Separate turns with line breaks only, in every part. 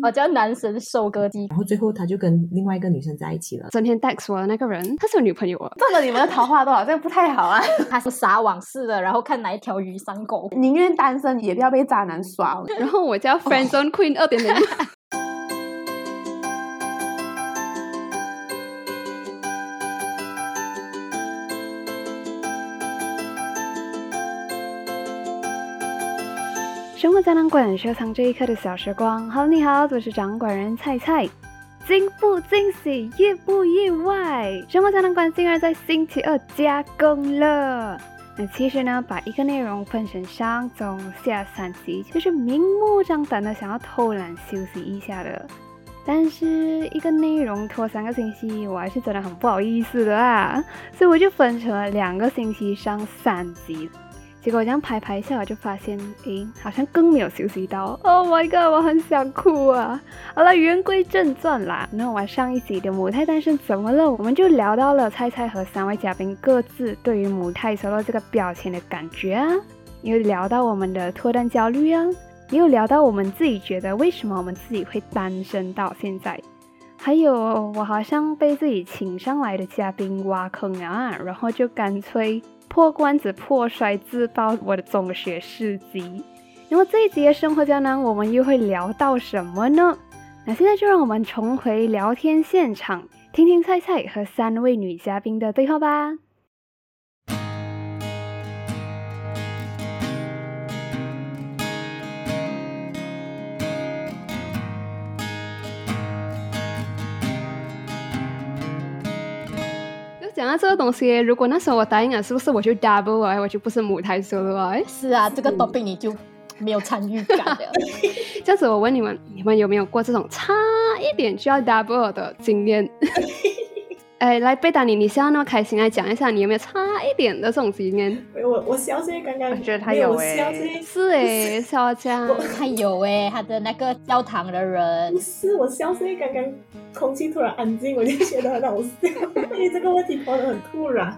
哦，叫男神收割机。
然后最后他就跟另外一个女生在一起了。
整天 dex 我的那个人，他是有女朋友啊。
中了你们的桃花多少？这个不太好 啊！
他是撒网式的，然后看哪一条鱼上钩。
宁愿单身也不要被渣男耍。
然后我叫 friend zone queen 二点零。 生活胶囊馆收藏这一刻的小时光。Hello，你好，我是掌管人菜菜。惊不惊喜，意不意外？生活胶囊馆竟然在星期二加更了。那其实呢，把一个内容分成上中下三集，就是明目张胆的想要偷懒休息一下的。但是一个内容拖三个星期，我还是真的很不好意思的啊，所以我就分成了两个星期上三集。结果这样排排一下，我就发现，诶，好像更没有休息到。Oh my god，我很想哭啊！好了，言归正传啦。那我们上一集的母胎单身怎么了？我们就聊到了菜菜和三位嘉宾各自对于母胎收到这个标签的感觉啊，又聊到我们的脱单焦虑啊，也有聊到我们自己觉得为什么我们自己会单身到现在。还有，我好像被自己请上来的嘉宾挖坑啊，然后就干脆破罐子破摔，自爆我的中学事迹。那么这一集的生活胶囊，我们又会聊到什么呢？那现在就让我们重回聊天现场，听听菜菜和三位女嘉宾的对话吧。就讲到这个东西，如果那时候我答应了，是不是我就 double 啊，我就不是母胎 solo 啊？
是啊，这个 topic 你就没有参与感了。
这样子，我问你们，你们有没有过这种差一点就要 double 的经验？ 哎，来贝达你，你笑那么开心，来讲一下，你有没有差一点的这种经验？
我我消息刚刚
我觉得他
没有
有欸
消息
是哎，肖佳，
他有哎、他的那个教堂的人
不，是我消失，刚刚空气突然安静，我就觉得很好笑， 因为这个问题抛得很突然。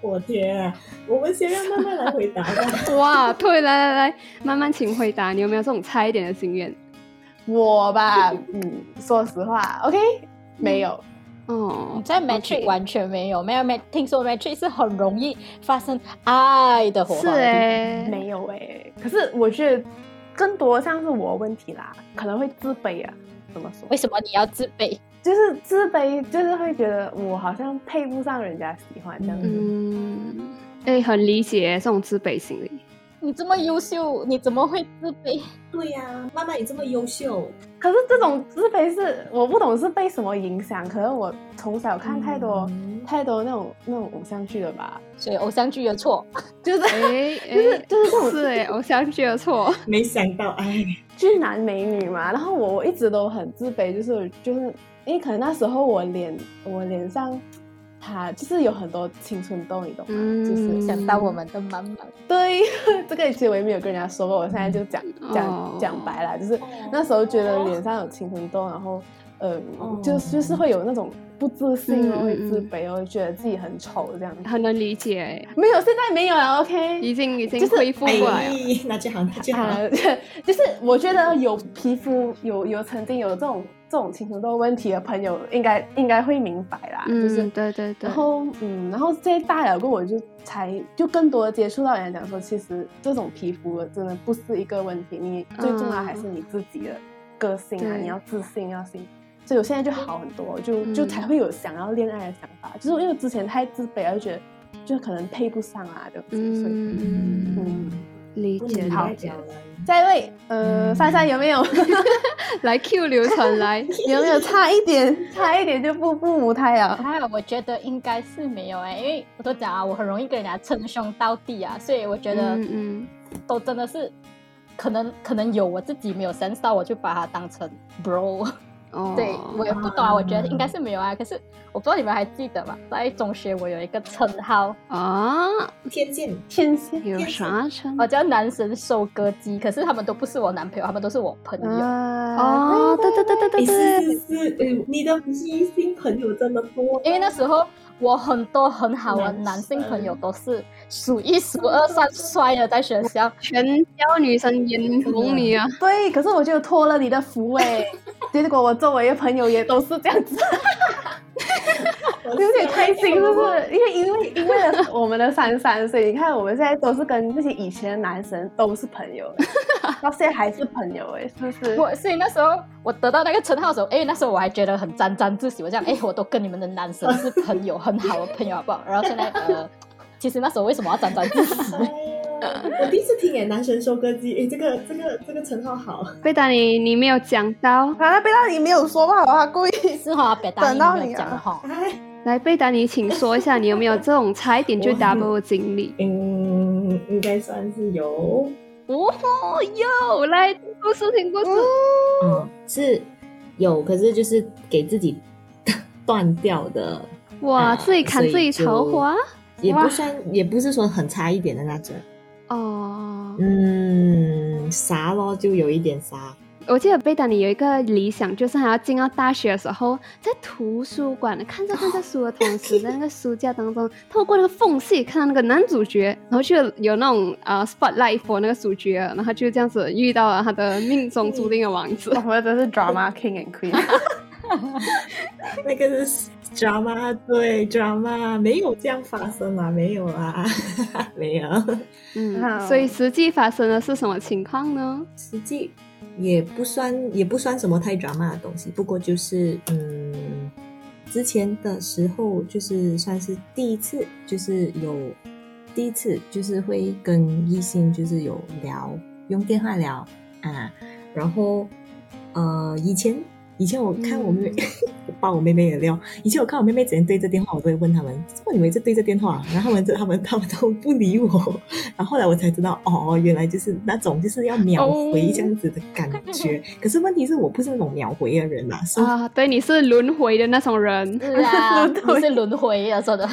我天啊、我们先让慢慢来回答 吧。
哇，对，来来来，慢慢请回答，你有没有这种差一点的经验？
我吧，嗯，说实话，OK，没有，
哦，
在 Matrix 完全没有，没有没听说 Matrix 是很容易发生爱的火
是
花的地
哎，
没有哎、可是我觉得更多像是我的问题啦，可能会自卑啊。怎么说
方。？为什么你要自卑？
就是自卑，就是会觉得我好像配不上人家喜欢这样子。
嗯，哎，很理解这种自卑心 理。
你这么优秀，你怎么会自卑？
对呀、妈妈你这么优秀，
可是这种自卑是我不懂是被什么影响，可能我从小看太多、太多那种那种偶像剧了吧，
所以偶像剧的错，
就是
哎，
就是
哎
就是这种
是哎，偶像剧的错。
没想到哎，
巨男美女嘛。然后我我一直都很自卑，就是就是因为可能那时候我脸我脸上。他就是有很多青春痘，你懂吗？
嗯
就是
想到我们的妈妈，
对 这个，其实我也没有跟人家说过，我现在就讲讲、
哦
讲白了，就是那时候觉得脸上有青春痘，然后，呃，就就是会有那种不自信，
哦嗯嗯
会自
嗯
卑，然后觉得自己很丑这样。
很能理解哎，
没有，现在没有了，OK。
已经已经
就是
恢复过来了。
哎那就好，那就 好。
啊，就是我觉得有皮肤有有曾经有这种这种青春痘问题的朋友，应该应该会明白啦，
嗯，
哎就是
对对对，
然后嗯，然后这些大了过，我就才就更多地接触到人家讲说，其实这种皮肤真的不是一个问题，你最重要还是你自己的个性啊，
对
你要自信，要信。所以我现在就好很多，就就
嗯
才会有想要恋爱的想法，就是因为之前太自卑了，就觉得就可能配不上啊，对不对？所以
嗯
嗯，
理
不
解
能
了
代
解
表。了。
下一位，
嗯
呃，珊珊有没有
来 Q 流程来，
有没有差一点差一点就不不啊母胎 了？
还有我觉得应该是没有哎、因为我都讲啊，我很容易跟人家称兄道弟啊，所以我觉得
嗯嗯，
都真的是。可能可能有我自己没有 sense 到，我就把它当成 bro，
哦，
对我也不懂啊，我觉得应该是没有啊。可是我不知道你们还记得吧，在中学我有一个称号，
啊，
天见，
天蝎
有啥称？
我叫男神收割机，可是他们都不是我男朋友，他们都是我朋友。
啊
哦，对
对对对对对对，
哎，是是是，哎你的异性朋友这么多，
因为那时候我很多很好的
男
男性朋友
生
都是数一数二算帅的，在学校。
全校女生眼红你啊！
对，可是我就托了你的福 哎，结果我周围的朋友也都是这样 子，
我
有点开心，是啊不
笑了？
是？因为因为因为了我们的珊珊，所以你看我们现在都是跟那些以前的男神都是朋 友，到现在还是朋友哎，是不是？
我所以那时候我得到那个称号的时候，哎，那时候我还觉得很沾沾自喜，我讲哎， 我都跟你们的男生是朋友，很好的朋友，好不好？然后现在呃，其实那时候为什么要沾沾自喜？
哦
哎我第一次听诶，男神收割机，哎，这个这个这个称号好，
贝达你你没有讲到，
好像被到你没有说话，他故意
是哈，别答应
等到
没
你
有
啊
讲哈。
哎，
来贝达你请说一下，你有没有这种差一点就
我
double 的经历？
嗯，应该算是有，
哦哟，来听故事听故事，
嗯，是有，可是就是给自己 断掉的，
哇，
啊
自己砍
所以
自己
就
桃花
也
哇
不算，也不是说很差一点的那种。
哦。
嗯，啥咯，就有一点啥。
我记得贝达你有一个理想，就是还要进到大学的时候，在图书馆看着看着书的同时，在那个书架当中，透过那个缝隙看到那个男主角，然后就有那种呃 spotlight for 那个主角，然后就这样子遇到了他的命中注定的王子。
我们真是 drama king and queen，
那个是 drama，对 drama，没有这样发生啊，没有 啊，没有，
嗯，
好
所以实际发生的是什么情况呢？
实际也不算也不算什么太 drama 的东西，不过就是嗯，之前的时候就是算是第一次，就是有第一次就是会跟异性就是有聊，用电话聊啊，然后呃以前。以前我看我妹妹， 把我妹妹也撩。以前我看我妹妹整天对着电话，我都会问他们：“怎么你们一直对着电话？”然后他们就、他们、他们都不理我。 然后后来我才知道，哦，原来就是那种就是要秒回这样子的感觉。可是问题是我不是那种秒回的人啦，所以、
啊，对，你是轮回的那种人，
是啊，
轮回
你是轮回啊，说的。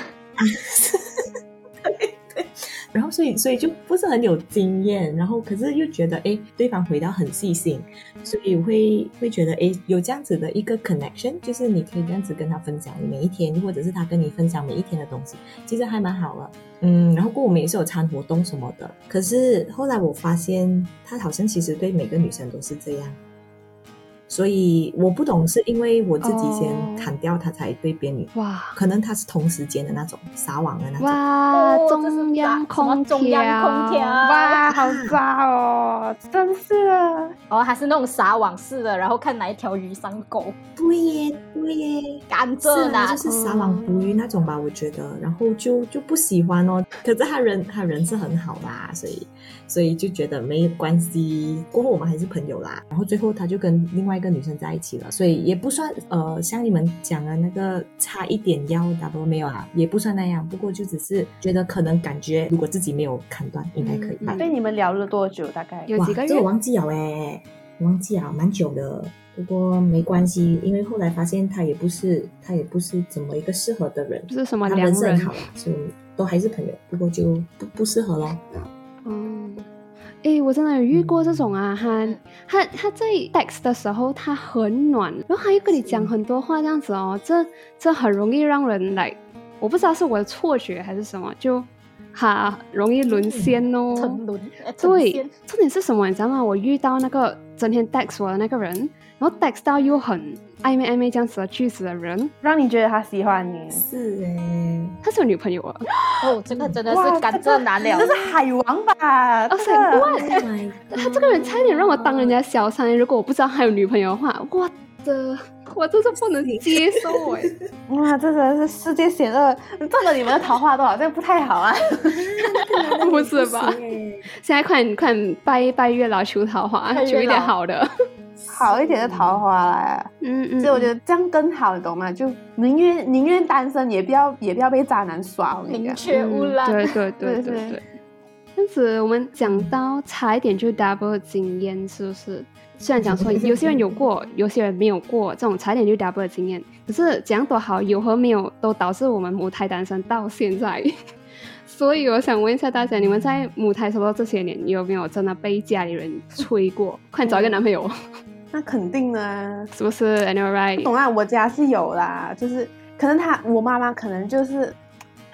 然后所以所以就不是很有经验，然后可是又觉得哎，对方回到很细心，所以会会觉得哎，有这样子的一个 connection，就是你可以这样子跟他分享你每一天，或者是他跟你分享每一天的东西，其实还蛮好了。嗯，然后过后我们也是有参活动什么的，可是后来我发现他好像其实对每个女生都是这样。所以我不懂，是因为我自己
哦
先砍掉他才对别人，
哇
可能他是同时间的那种撒网的那种。
哇，
哦这是
啊中央
什么
空调，
中央空调啊
哇，好渣哦，真是啊的。
哦，还是那种撒网式的，然后看哪一条鱼上钩，
对耶，对耶，
甘
是
蔗
啊，
啦
就。是撒网捕鱼那种吧，我觉得，然后就就不喜欢哦。可是他人他人是很好啦，所以所以就觉得没有关系。过后我们还是朋友啦，然后最后他就跟另外一个女生在一起了，所以也不算呃像你们讲的那个差一点要 double 没有啦，也不算那样。不过就只是觉得可能感觉如果自己没有砍断，应该可以吧。
被你们聊了多久？大概
有
哇，
几个月
这个我忘记了哎，我忘记了，蛮久的。不过没关系，因为后来发现他也不是他也不是怎么一个适合的人，
不是什么
他
良
人是很
人
好。啦，所以都还是朋友，不过就不不适合咯。
嗯，诶，我真的有遇过这种啊，他
嗯
他他在 text 的时候他很暖，然后他又跟你讲很多话这样子哦，这这很容易让人来，我不知道是我的错觉还是什么，就哈容易沦陷哦。
沉沦，呃沉
对
陷，
重点是什么？你知道吗？我遇到那个整天 text 我的那个人，然后 text 到又很暧昧暧昧这样子的句子的人，
让你觉得他喜欢你，
是哎，
他是有女朋友啊。
哦，这个真的
哇
是甘蔗难了
这。是海王吧？
哦
这
是海王
个
Oh my
他这个人差一点让我当人家小三，如果我不知道他有女朋友的话，我的我真是不能接受哎、
哇，这真的是世界险恶，这个你们的桃花都好像不太好 啊。
那
不是吧
行诶
现在快点快点拜拜月老求桃花，
拜月
求一
老
点好的。
好一点的桃花啦，
嗯嗯，
所以我觉
得
得这样更好，你懂吗？就宁愿宁愿单身，也不要也不要被渣男耍。我跟你啊
宁
讲，
缺毋滥。
嗯对对对
嗯
嗯
对
对
嗯对
对。这样子，我们讲到差一点就 double 的经验，是不是？虽然讲说有些人有过，有些人没有过这种差一点就 double 的经验，可是讲多好，有和没有都导致我们母胎单身到现在。所以我想问一下大家，你们 在母胎时候这些年有没有真的被家里人催过，快找一个男朋友？
那肯定呢，
是不是？And you're
懂
right，
啊， 我家是有啦，就是可能他我妈妈可能就是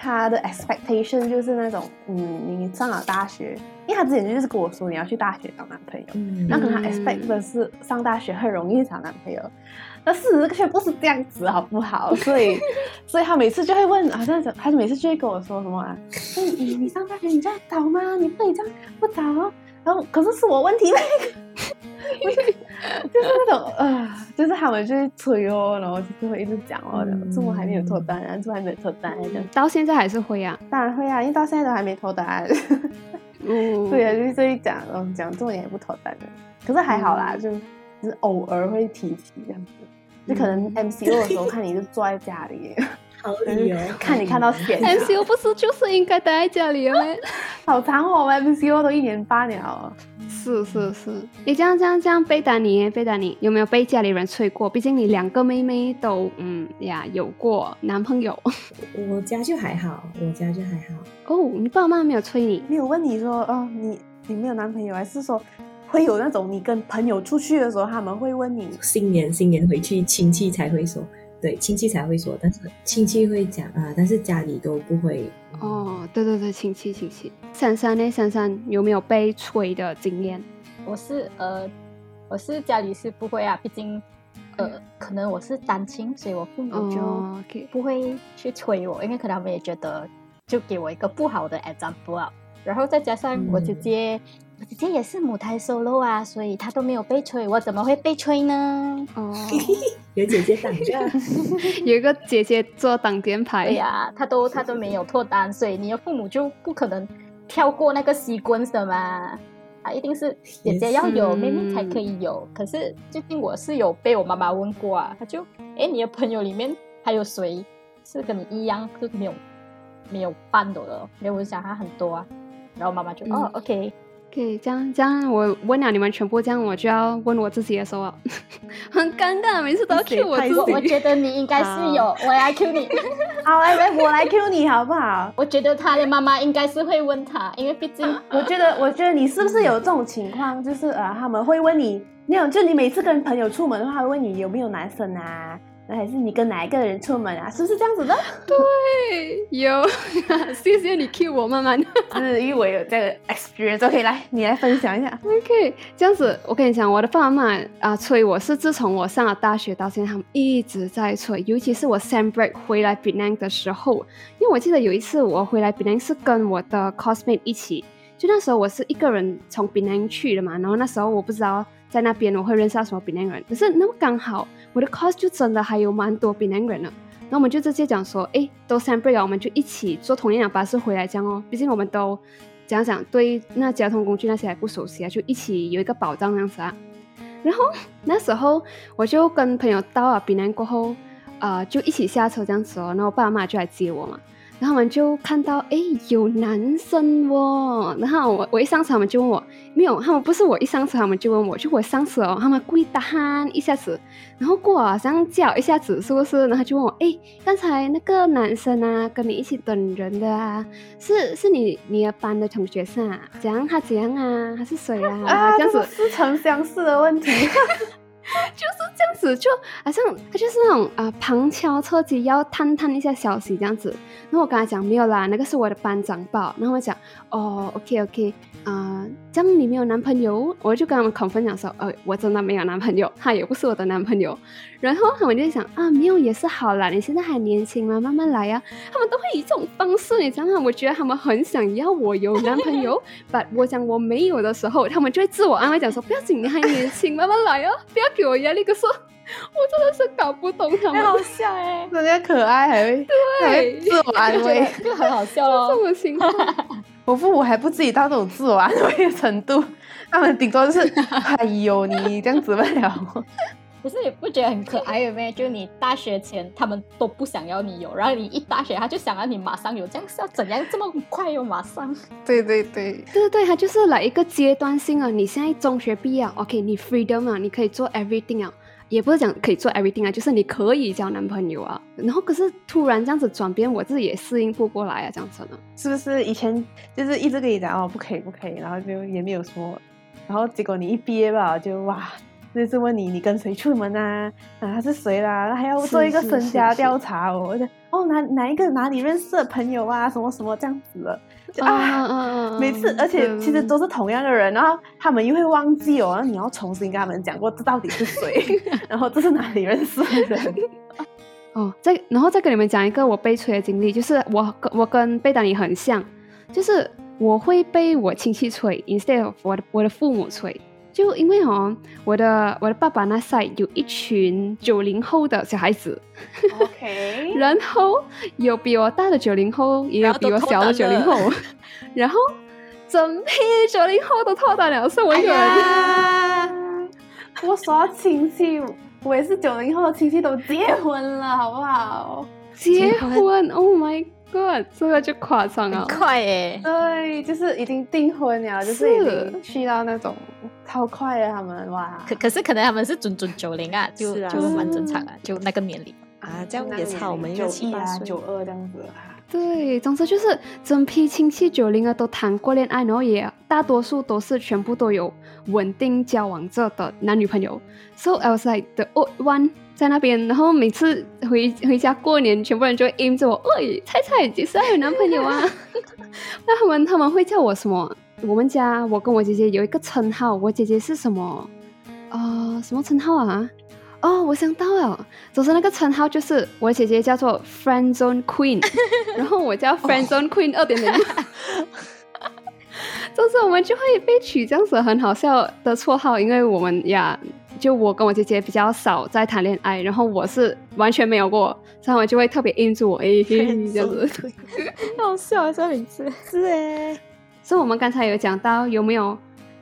她的 expectation 就是那种，嗯，你上了大学，因为她之前就是跟我说你要去大学找男朋友，
嗯
那可能她
嗯
expect 的是上大学很容易找男朋友。但事实却不是这样子，好不好？所以，所以她每次就会问，好像她每次就会跟我说什么、啊，哎你你上大学你这样找吗？你不可以这样不找哦。然后可是是我问题呗，就是那种呃，就是他们就是催哦，然后就是会一直讲哦，
嗯
怎么还没有脱单啊，怎么还没有脱单啊这样。
到现在还是会啊。
当然会啊，因为到现在都还没脱单，啊
嗯，
对啊，就是这一讲，嗯，讲重点也不脱单的。可是还好啦，就就是偶尔会提起这样子，就可能 MCO 的时候看你就坐在家里，
好
就是
理由，
看你看到闲着
MCU 不是就是应该待在家里吗？
好长哦，我们 MCO 都一年八年了。哦
是是哎是，你这样这样这样背丹尼背丹尼有没有被家里人催过？毕竟你两个妹妹都嗯呀有过男朋友
我家就还好，我家就还好。
哦，你爸妈没有催你？
没有问你说，哦，你你没有男朋友，还是说会有那种你跟朋友出去的时候，他们会问你
新年新年回去亲戚才会说，对，亲戚才会说，但是亲戚会讲啊，但是家里都不会。嗯
哦，对对对，亲戚亲戚。珊珊呢？珊珊有没有被催的经验？
我是呃，我是家里是不会啊，毕竟呃，可能我是单亲，所以我父母就
哦，OK，
不会去催我，因为可能他们也觉得就给我一个不好的 example 啊。然后再加上我姐姐，我姐姐也是母胎 solo 啊，所以她都没有被催，我怎么会被催呢？
哦，
有姐姐挡着，
有一个姐姐做挡箭牌。
对呀、 她都她都没有脱单，所以你的父母就不可能跳过那个 sequence 的嘛。啊，一定是姐姐要有，
嗯
妹妹才可以有。可是最近我是有被我妈妈问过啊，她就，诶，你的朋友里面还有谁是跟你一样是没有没有伴的了？没有，我就想她很多啊。然后妈妈就，
嗯
哦，OK，
OK，这样这样，我问了你们全部，这样我就要问我自己的时候啊， 很尴尬，每次都要
自己
Q 我
太
自
我我
己。
觉得你应该是有，我来 Q 你。
好，来来，我来 Q 你好不好？
我觉得她的妈妈应该是会问她，因为毕 竟
我觉得，我觉得你是不是有这种情况？就是呃，他们会问你，那种就你每次跟朋友出门的话，会问你有没有男生啊，还是你跟哪一个人出门啊？是不是这样子的？
对， 有，谢谢你 Q 我，慢慢。
就是因为我有这个 experience。OK，来，你来分享一 下。
OK，这样子，我跟你讲，我的爸爸妈妈啊催我是自从我上了大学到现在，他们一直在催，尤其是我 sem break 回来 Penang 的时候，因为我记得有一次我回来 Penang 是跟我的 cosmate 一起，就那时候我是一个人从 Penang 去的嘛，然后那时候我不知道在那边我会认识到什么 Penang 人，可是那么刚好我的 cos 就真的还有蛮多 Penang 人呢。然后我们就直接讲说，诶，都 sem break 了，我们就一起坐同一辆巴士回来这样哦。毕竟我们都讲讲对那交通工具那些还不熟悉啊，就一起有一个保障这样子啊。然后那时候我就跟朋友到了槟南过后，呃，就一起下车这样子哦。然后我爸妈就来接我嘛，然后我们就看到诶有男生哦，然后我我一上车他们就问我，没有，他们不是我一上车他们就问我，就我上车哦，他们故意大喊一下子，然后过好像叫一下子是不是？然后就问我，诶，刚才那个男生啊，跟你一起等人的啊，是是你你的班的同学是啊？怎样他怎样啊？他是谁啊？这样
哦这
子
个似曾相识的问 题。
就是这样子，就好像他就是那种啊、呃旁敲侧击要探探一下消息这样子。然后我跟他讲没有啦，那个是我的班长吧。然后我讲哦，OK OK，啊、这样你没有男朋友？我就跟他们 confirm 讲说，呃，我真的没有男朋友，他也不是我的男朋友。然后他们就想啊，没有也是好啦，你现在还年轻嘛，慢慢来呀、他们都会以这种方式，你知道吗？我觉得他们很想要我有男朋友，but 我讲我没有的时候，他们就会自我安慰讲说：“不要紧，你还年轻，慢慢来啊，不要给我压力。”可是我真的是搞不懂他们
好笑哎、
人家可爱还会还会自我安
就觉
慰
得，就很好笑咯。
这种情况。
我父母还不自己到这种自我安慰的程度，他们顶多就是 哎呦你这样子不了。
可是你不觉得很可爱的咩？就你大学前他们都不想要你有，然后你一大学他就想要你马上有，这样是要怎样这么快又马上？
对对对，
对对对，它就是来一个阶段性啊。你现在中学毕业了，OK，你啊 freedom 啊，你可以做 everything 啊，也不是讲可以做 everything 啊，就是你可以交男朋友啊。然后可是突然这样子转变，我自己也适应不过来啊，讲真的。
是不是以前就是一直跟你讲哦不可以不可以，然后就也没有说，然后结果你一毕业吧就哇就是问你你跟谁出门啊，啊他是谁啦，然后还要做一个
是
身
是
家
是
调查哦，我就哦哪哪一个哪里认识的朋友啊，什么什么这样子的，就啊。
嗯
每次，而且其实
对
都是同样的人，然后他们又会忘记哦，然后你要重新跟他们讲过这到底是谁，然后这是哪里认识的人，
哦，再然后再跟你们讲一个我被催的经历，就是我跟我跟贝丹妮很像，就是我会被我亲戚催，instead of 我的我的父母催，就因为哦，我的我的爸爸那 side 有一群九零后的小孩子，OK，然后有比我大的九零后，也有比我小的九零后， 然后整批九零后都脱单了，是我一个人。
呀，我所有亲戚，我也是九零后的亲戚都结婚了，好不好？
结婚，Oh my God，这个就夸张啊了。
快耶！
对，就是已经订婚了，就是已经去到那种超快的他们哇，
可可是可能他们是准准九零啊，就是
啊
就是
啊
蛮正常啊，就那个年龄。
啊，这样
那
也
个
差我
年
们
龄
一个
九
七
一
八
啊
岁，
九二这样子啊。
对，总之就是整批亲戚九零的都谈过恋爱，然后也大多数都是全部都有稳定交往着的男女朋友。So I was like the old one 在那边，然后每次回回家过年，全部人就会 aim 着我，喂，菜菜几时要有男朋友啊？那他们他们会叫我什么？我们家我跟我姐姐有一个称号，我姐姐是什么？呃，什么称号啊？哦，我想到了，总之那个称号就是我姐姐叫做 friend zone queen，然后我叫 friend zone queen 二点零。 总之我们就会被取这样子很好笑的绰号，因为我们呀，就我跟我姐姐比较少在谈恋爱，然后我是完全没有过，所以他们就会特别印住我，哎、嘿嘿这样子。
好笑啊，这名字是哎，
所以我们刚才有讲到有没有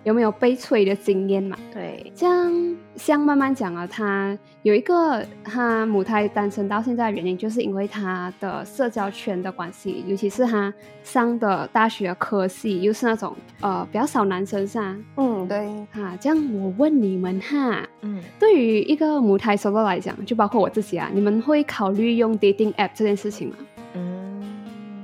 有没有被催的经验嘛？
对，
这样像慢慢讲啊，他有一个他母胎单身到现在的原因，就是因为他的社交圈的关系，尤其是他上的大学科系又是那种呃比较少男生噻。
嗯，对，
哈，这样我问你们哈，
嗯，
对于一个母胎 solo 来讲，就包括我自己啊，你们会考虑用 dating app 这件事情吗？
嗯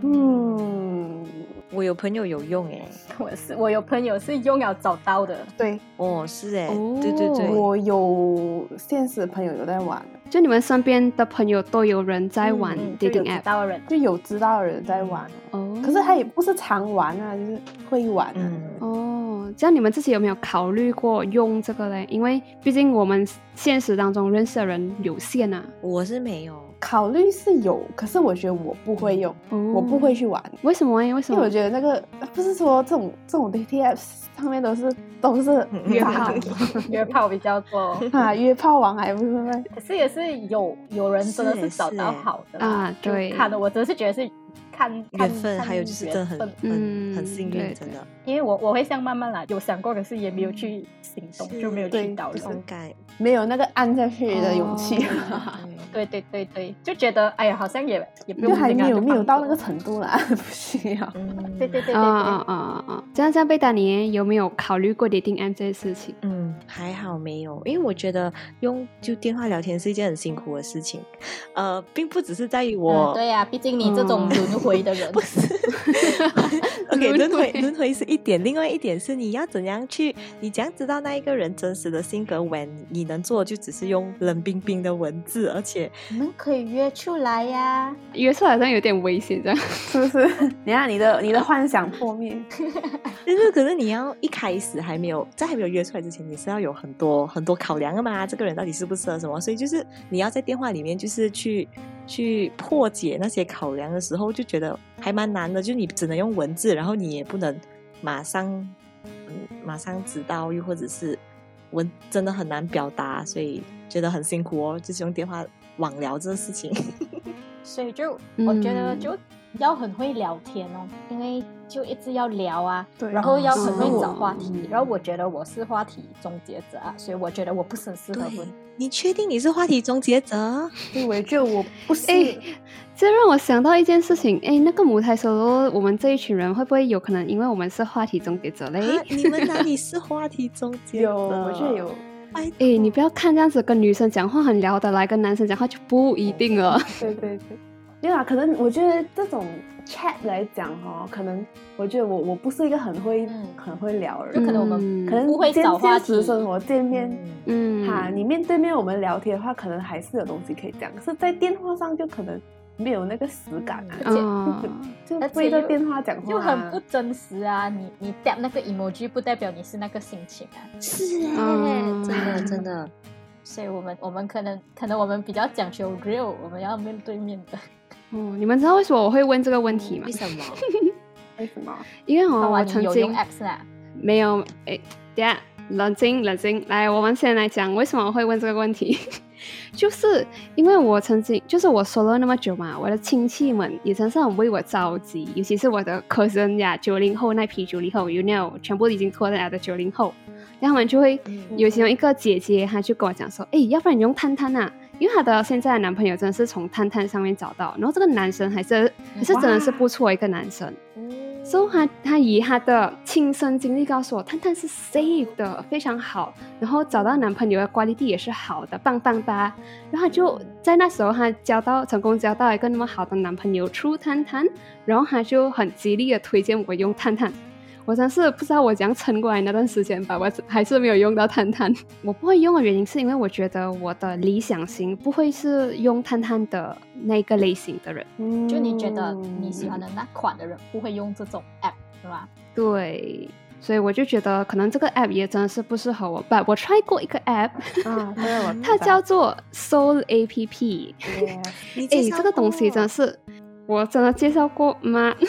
嗯，
我有朋友有用哎，
我是我有朋友是用了找到的，
对，
哦，是哎，
哦
对对对，
我有现实朋友有在玩，
就你们身边的朋友都有人在玩
嗯就有
dating
知
app，、
道的人，
就有知道的人在玩，
哦，
可是他也不是常玩啊，就是会玩啊。
嗯，
哦，这样你们自己有没有考虑过用这个嘞？因为毕竟我们现实当中认识的人有限啊。
我是没有，
考虑是有，可是我觉得我不会用，
哦，
嗯
我不会，去玩，
为什么诶？为什
因
么？
为我觉得那个呃不是说这种这种 dating app 上面都是都是
约
渣
炮
男
约炮比较多，
啊约炮王还不是会
可是也是有有人真的是找到好的啦
是是
就
对
看的，我只是觉得是看看
啊缘分，
看
还有就是真的
缘
很
分
很很
嗯
幸
对
运，真的，
因为我我会像慢慢来，有想过，可是也没有去行动，
是
就没有
对
去导
不
入。
敢改，
没有那个按下去的勇气，
哦
对对对对，就觉得哎呀，好像也也不
就还
行啊
没有
就
没
放
有到
着
那个程度啦， 不需 要。
嗯，
对对对对
啊啊
对，
啊啊啊！这样这样，贝达尼有没有考虑过 dating app 这件事情？
嗯，还好没有，因为我觉得用就电话聊天是一件很辛苦的事情，呃，并不只是在于我嗯
嗯、对呀、毕竟你这种轮回的人，
不是，OK，
轮
轮
回
回轮回是一点，另外一点是你要怎样去，你怎样知道那一个人真实的性格？when 你能做就只是用冷冰冰的文字，而且
你们可以约出来呀、
约出来好像有点危险，这样。
是不是？你看你的你的幻想破灭，
就是可是你要一开始还没有在还没有约出来之前，你是要有很多很多考量的嘛，这个人到底适不适合什么？所以就是你要在电话里面就是去去破解那些考量的时候，就觉得还蛮难的，就你只能用文字，然后你也不能马上嗯马上知道，又或者是文真的很难表达，所以觉得很辛苦哦，就是用电话网聊这个事情。
所以就、
嗯
我觉得就要很会聊天哦，因为就一直要聊啊，
对
然后要
是
很会找话题，
嗯
然后我觉得我是话题终结者啊，所以我觉得我不是很适合
对
婚。
你确定你是话题终结者？
因为就我不是
哎，这让我想到一件事情，哎，那个母胎 solo，我们这一群人会不会有可能因为我们是话题终结者嘞？
啊你们哪里是话题终结者？
有，我觉得有。
哎，
哎，你不要看这样子，跟女生讲话很聊得来，跟男生讲话就不一定了。
对对对，对啊，可能我觉得这种 chat 来讲哦，可能我觉得我我不是一个很会、
嗯
很会聊的
就
人，嗯
可能我们
可能
不会找话
现
题
实生活见面。
嗯
嗯
哈，你面对面我们聊天的话，可能还是有东西可以讲，可是在电话上就可能没有那个实感啊，
而且
啊
就
嗯而
不
且
会在
又
电话讲话、啊，
就很不真实啊！你你 tap 那个 emoji 不代表你是那个心情啊。是哎真
嗯
真
的
的真的，
所以我们我们可能可能我们比较讲究 real，我们要面对面的。
哦，你们知道为什么我会问这个问题吗
嗯
为？什么？
为什么？
因为哦，
看
我
完你
曾
有用
经
apps 啊？
没有诶，等一下冷静冷静，来，我们先来讲为什么会问这个问题， 就是因为我曾经就是我 solo 那么久嘛，我的亲戚们也真是很为我着急，尤其是我的 cousin 呀，九零后那批九零后，you know，全部已经脱单了的九零后，然后他们就会有其中一个姐姐，她就跟我讲说，诶，要不然你用探探啊。因为她的现在的男朋友真的是从探探上面找到，然后这个男生还是还是真的是不错一个男生，所以他他以他的亲身经历告诉我，探探是 safe 的，非常好，然后找到男朋友的 quality 也是好的，棒棒哒。然后他就在那时候，他交到成功交到一个那么好的男朋友 t 探探，然后他就很极力的推荐我用探探。我真是不知道我怎样撑过来那段时间吧，我还是没有用到探探。我不会用的原因是因为我觉得我的理想型不会是用探探的那个类型的人。
嗯
就你觉得你喜欢的那款的人不会用这种 app 是吧？
对，所以我就觉得可能这个 app 也真的是不适合我。But 我 try 过一个 app，
嗯
啊？对我知
它
道
叫做 Soul App。
Yes
你介
哎，
绍
这个东西
过
真的是我真的介绍过吗？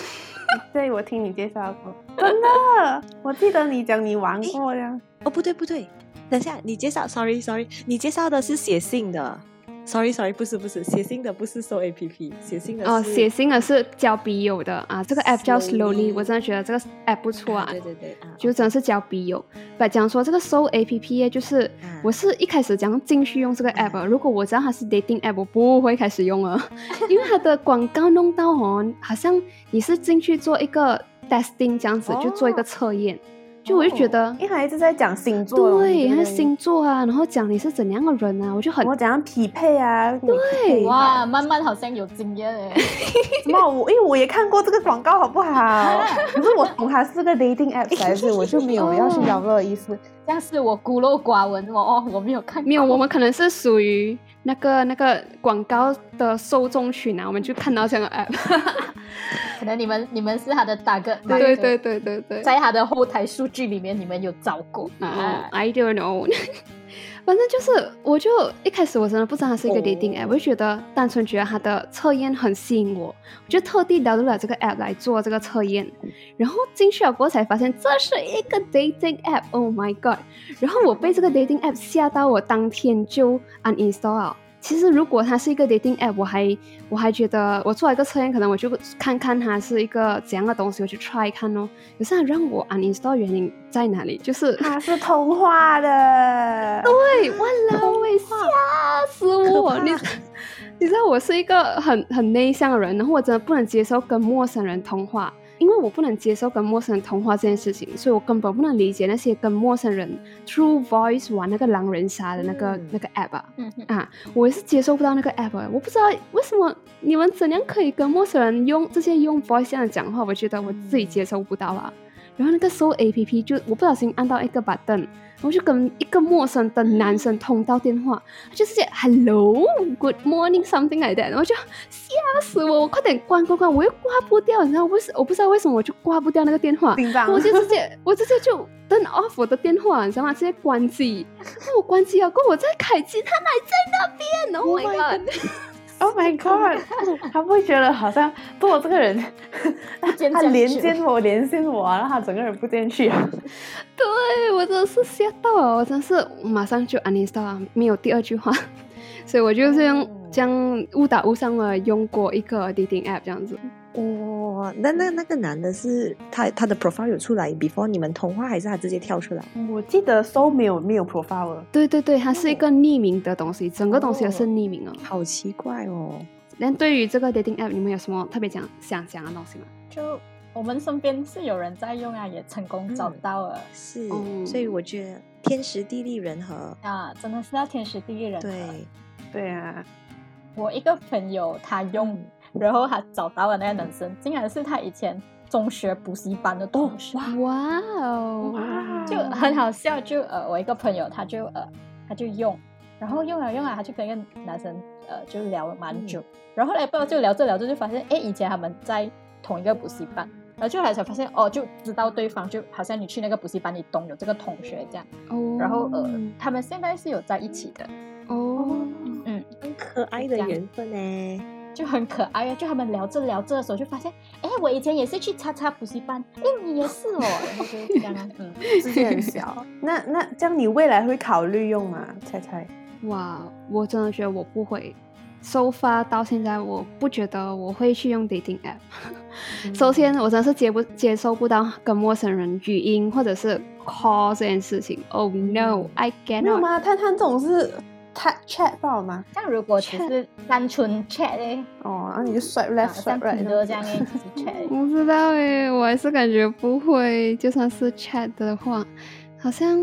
对，我听你介绍过，真的，我记得你讲你玩过呀。
哦，不对不对，等一下，你介绍，sorry sorry，你介绍的是写信的，sorry sorry，不是不是，写信的不是搜 A P P，写信的是
哦，写信的是交笔友的啊，这个 app 叫 Slowly，
Slowly
我真的觉得这个 app 不错
啊
啊。
对对对啊，
就真的是交笔友。把讲说这个 Soul A P P 就是
啊
我是一开始讲进去用这个 app，、
啊
如果我知道它是 dating app，我不会开始用了， 因为它的广告弄到哦，好像你是进去做一个 testing 这样子，就做一个测验，就我就觉得。
因为他一直在讲星座的东西，
对，它
他
的星座啊，然后讲你是怎样的人啊，我就很
我怎样匹配啊？对
哇，慢慢好像有经验 哎。
什么？我因为我也看过这个广告，好不好？可是我懂它是个 dating app 才是，我就没有要
哦
去聊这个意思。
但是我孤陋寡闻，我哦，我没有看过，
没有，我们可能是属于那个那个广告的受众群啊，我们就看到这样的 app，
可能你们你们是他的大哥，
对对，对对对，
在他的后台数据里面，你们有找过
啊
啊？
I don't know 。 反正就是，我就一开始我真的不知道它是一个 dating app，、我就觉得单纯觉得它的测验很吸引我，我就特地导入了这个 app 来做这个测验。然后进去了过后才发现这是一个 dating app，Oh my god！然后我被这个 dating app 吓到，我当天就 uninstall 了。其实如果它是一个 dating app，我还我还觉得我做了一个测验，可能我就看看它是一个怎样的东西，我去 try 看哦。可是它让我 uninstall 原因在哪里？就是
它啊是通话的，
对，哇啦喂，吓死我！你你知道我是一个很很内向的人，然后我真的不能接受跟陌生人通话，因为我不能接受跟陌生人通话这件事情，所以我根本不能理解那些跟陌生人 True Voice 玩那个狼人杀的那个、
嗯
那个 app 啊，
嗯 哼
啊，我也是接受不到那个 app，的我欸不知道为什么你们怎样可以跟陌生人用这些用 voice 这样的讲话，我觉得我自己接受不到啊。然后那个 Soul A P P 就我不小心按到一个 button，我就跟一个陌生的男生通到电话，他就是 Hello Good Morning something like that，然后就吓死我，我快点关关关，我又挂不掉，你知道我不是我不知道为什么我就挂不掉那个电话，
叮当，
我就直接我直接就 turn off 我的电话，你知道吗？直接关机。那我关机了，过后我再开机，它还在那边。Oh my god！
Oh my god！他不会觉得好像不，我这个人
见
他
这样
连
子
线我，连线我啊，让他整个人不见去啊。
对我真的是吓到了，我真是马上就 uninstall，了没有第二句话， 所以我就是用这样误打误撞的用过一个 dating app 这样子。
哇，哦那那那个男的是他他的 profile 有出来 before 你们通话，还是他直接跳出来？
我记得搜没有没有 profile 了
对对对，它是一个匿名的东西，整个东西都是
哦
匿名的。
好奇怪哦，
那对于这个 dating app，你们有什么特别讲想讲的东西吗？
就我们身边是有人在用啊，也成功找到了、
是，
哦
所以我觉得天时地利人和，
啊，真的是要天时地利人和。
对，
对啊，
我一个朋友他用然后他找到的那个男生，竟然是他以前中学补习班的同学，
哇哦，
哇，
就很好笑。就呃，我一个朋友，他就呃，他就用，然后用了用了，他就跟一个男生呃，就聊了蛮久。然后后来不知道就聊着聊着就发现，哎，以前他们在同一个补习班，然后就后来才发现，哦，就知道对方，就好像你去那个补习班，你懂有这个同学这样。
哦
然后呃，
嗯
他们现在是有在一起的，
哦，
很可爱的缘分欸呢。
就很可爱啊。就他们聊着聊着的时候，就发现，哎，我以前也是去叉叉补习班，哎，你也是哦，然后就这样啊，嗯，
世界很小。那那这样你未来会考虑用吗？猜猜，
哇，我真的觉得我不会。so far 到现在，我不觉得我会去用 dating app。首
嗯
先，我真的是接不接受不到跟陌生人语音或者是 call 这件事情。Oh no，I
嗯没有
cannot。
吗？探探这种是 chat chat 爆吗？
像如果只是单纯 chat 哎，
哦，然后你就 swipe
啊
left
像
swipe right
听
这样
歌
子
这样哎，只是 chat 而已
我不知道诶，我还是感觉不会。就算是 chat 的话，好像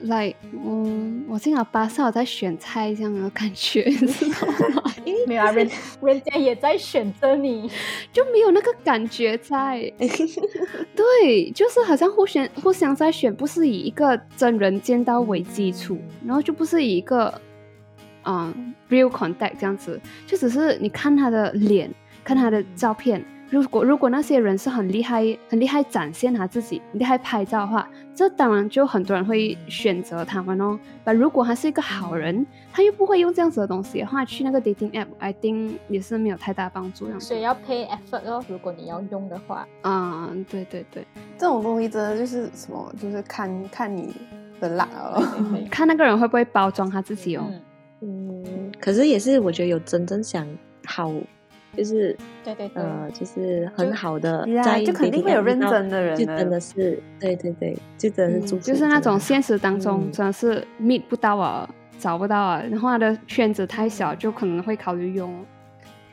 来，嗯，我进了巴萨，我在选菜这样的感觉， 你知道吗？
没有啊，人人家也在选择你，
就没有那个感觉在。对，就是好像互相互相在选，不是以一个真人见到为基础，然后就不是以一个嗯 real contact 这样子，就只是你看他的脸，看他的照片。如果如果那些人是很厉害、很厉害展现他自己、很厉害拍照的话，这当然就很多人会选择他们哦。但如果他是一个好人，他又不会用这样子的东西的话，去那个 dating app，I think 也是没有太大帮助。这样
嗯
子
所以要 pay effort 哦。如果你要用的话，
嗯，对对对，
这种东西真的就是什么，就是看看你的哦懒 了。
对
看那个人会不会包装他自 己哦。
嗯，
嗯，可是也是我觉得有真正想好，就是
对对 对，
呃，就是很
就
好的
Yeah，，
在
就肯定
dating
会有
app
认
遇到
真的人啊
就
的
真的是对对对，就真的是祝
嗯
福、
就是那种
真
现实当中
嗯
真的是 meet 不到啊，找不到啊，然后他的圈子太小，就可能会考虑用哦。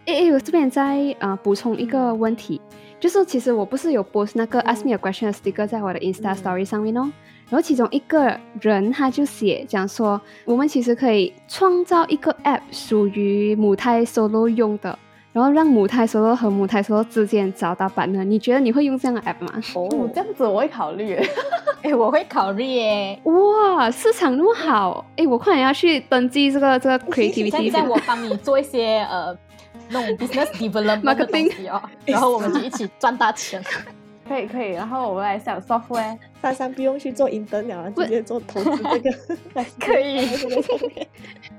诶诶，我这边再呃补充一个问题，就是其实我不是有 post 那
嗯
个 ask me a question 的 sticker 在我的 Insta Story 上面哦，然后其中一个人他就写讲说，我们其实可以创造一个 app 属于母胎 solo 用的。然后让母胎 solo 和母胎 solo 之间找到版呢？你觉得你会用这样的 app 吗？
哦，这样子我会考虑耶。
哎，我会考虑耶。
哇，市场那么好，哎，我快点要去登记这个这个
像
creativity
这样，我帮你做一些 呃那种 business development 的东西哦，然后我们就一起赚大钱。
可以可以，然后我们来想 software，
莎莎不用去做 intern 了，啊
不
直接做投资这个
可以
这个上面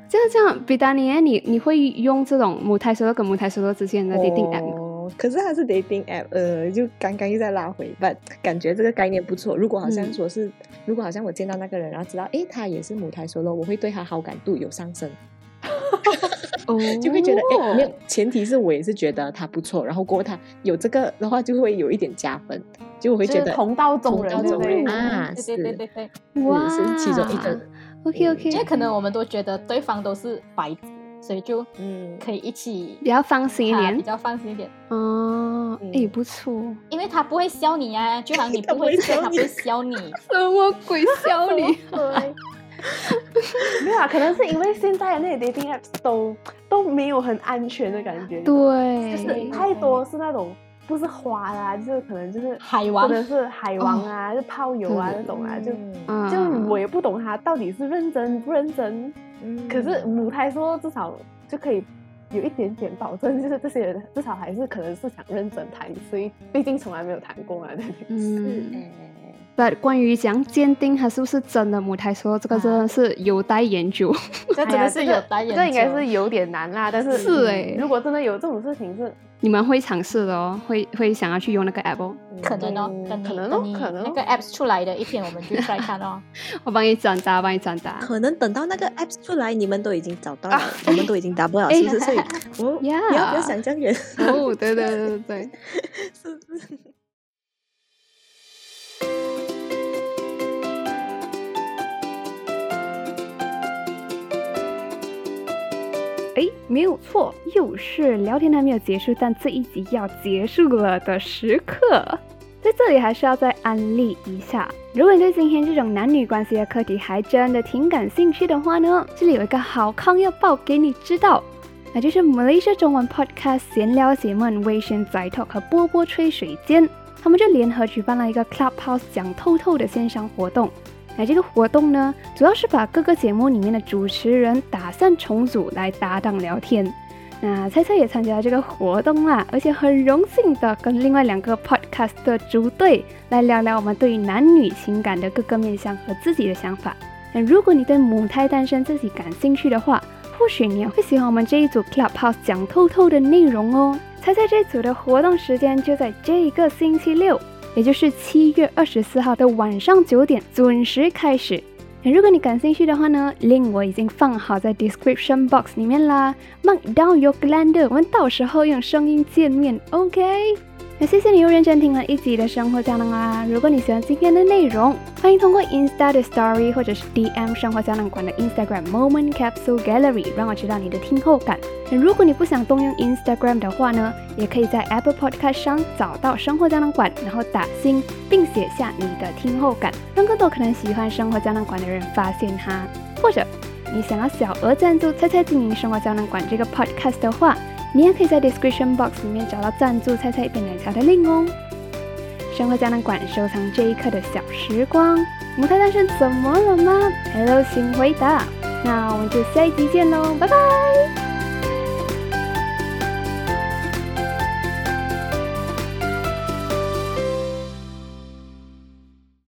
这样这样，比达尼耶，你你会用这种母胎 solo 跟母胎 solo 之间的 dating app 吗？
哦，可是它是 dating app，呃，就刚刚又再拉回，但感觉这个概念不错。如果好像
嗯
说是，如果好像我见到那个人，然后知道，诶，他也是母胎 solo，我会对他好感度有 上升，
哦，
就会觉得，诶，没有，前提是我也是觉得他不错，然后过后他有这个的话，就会有一点加分，就我会
就
觉
是
得
同道中人，
同道
对不
中
对
人？啊，
嗯对对对对对，
哇，
嗯是是其中一个。
OK
因为
OK，
可能我们都觉得对方都是白纸，所以就
嗯，
可以一起
比较放心一
啊比
点
较放心一点，
哦，哎，
嗯
不错，
因为他不会笑你呀、啊，就好像你
他
不
不
会
会
笑，
笑
他不
你
会笑你。
什么鬼笑你？
没有啊，可能是因为现在的那些 dating apps 都都没有很安全的感觉，，就是
对，
太多是那种不是花啦，就是可能就是
海王
真的是海王啊，就泡友啊那种啊，就
嗯
就我也不懂他到底是认真不认真，可是母胎说至少就可以。有一点点保证，就是这些人至少还是可能是想认真谈，所以毕竟从来没有谈过嘛，对不对？
嗯，但关于讲鉴定他是不是真的母胎 solo，这个真的是有待研究。
这真
哎
的
呀
是
这个
有单眼、哎
这应该是有点难啦，但是
是
嗯
欸
如果真的有这种事情是，
你们会尝试的哦，会会想要去用那个 app 哦。
可能哦，
嗯
等你
可能哦
等你
可能哦
那个 apps 出来的一天，我们就 try 看哦。
我帮你转达，帮你转达。
可能等到那个 app 出来，你们都已经 找到了，我们都已经达不了，是不是？所
哎
以，我、哦、
Yeah
不要不要想这样远，
哦，对对对对对，
是不是？
诶，没有错，又是聊天还没有结束，但这一集要结束了的时刻。在这里还是要再安利一下，如果你对今天这种男女关系的课题还真的挺感兴趣的话呢，这里有一个好康要报给你知道。
那就是 Malaysia 中文 Podcast 闲聊节目《微醺宅 Talk》和波波吹水间，他们就联合举办了一个 Clubhouse 讲透透的线上活动。那这个活动呢，主要是把各个节目里面的主持人打散重组来搭档聊天。那菜菜也参加了这个活动啦，而且很荣幸的跟另外两个 podcast 的组队来聊聊我们对于男女情感的各个面向和自己的想法。那如果你对母胎单身自己感兴趣的话，或许你也会喜欢我们这一组 Clubhouse 讲透透的内容哦。猜猜这组的活动时间就在这一个星期六，也就是七月二十四号的晚上九点准时开始。那如果你感兴趣的话呢，link 我已经放好在 description box 里面啦。Mark down your calendar，我们到时候用声音见面，OK？那谢谢你又认真听了一集的生活胶囊啦！如果你喜欢今天的内容，欢迎通过 Insta 的 Story 或者是 DM 生活胶囊馆的 Instagram Moment Capsule Gallery 让我知道你的听后感。那如果你不想动用 Instagram 的话呢，也可以在 Apple Podcast 上找到生活胶囊馆，然后打星，并写下你的听后感，让更多可能喜欢生活胶囊馆的人发现它。或者你想要小额赞助“猜猜经营生活胶囊馆”这个 podcast 的话，你也可以在 description box 里面找到赞助“猜猜一杯奶茶”的 link 哦。生活胶囊馆收藏这一刻的小时光，母胎单身怎么了吗？Hello，请回答。那我们就下一集见喽，拜拜。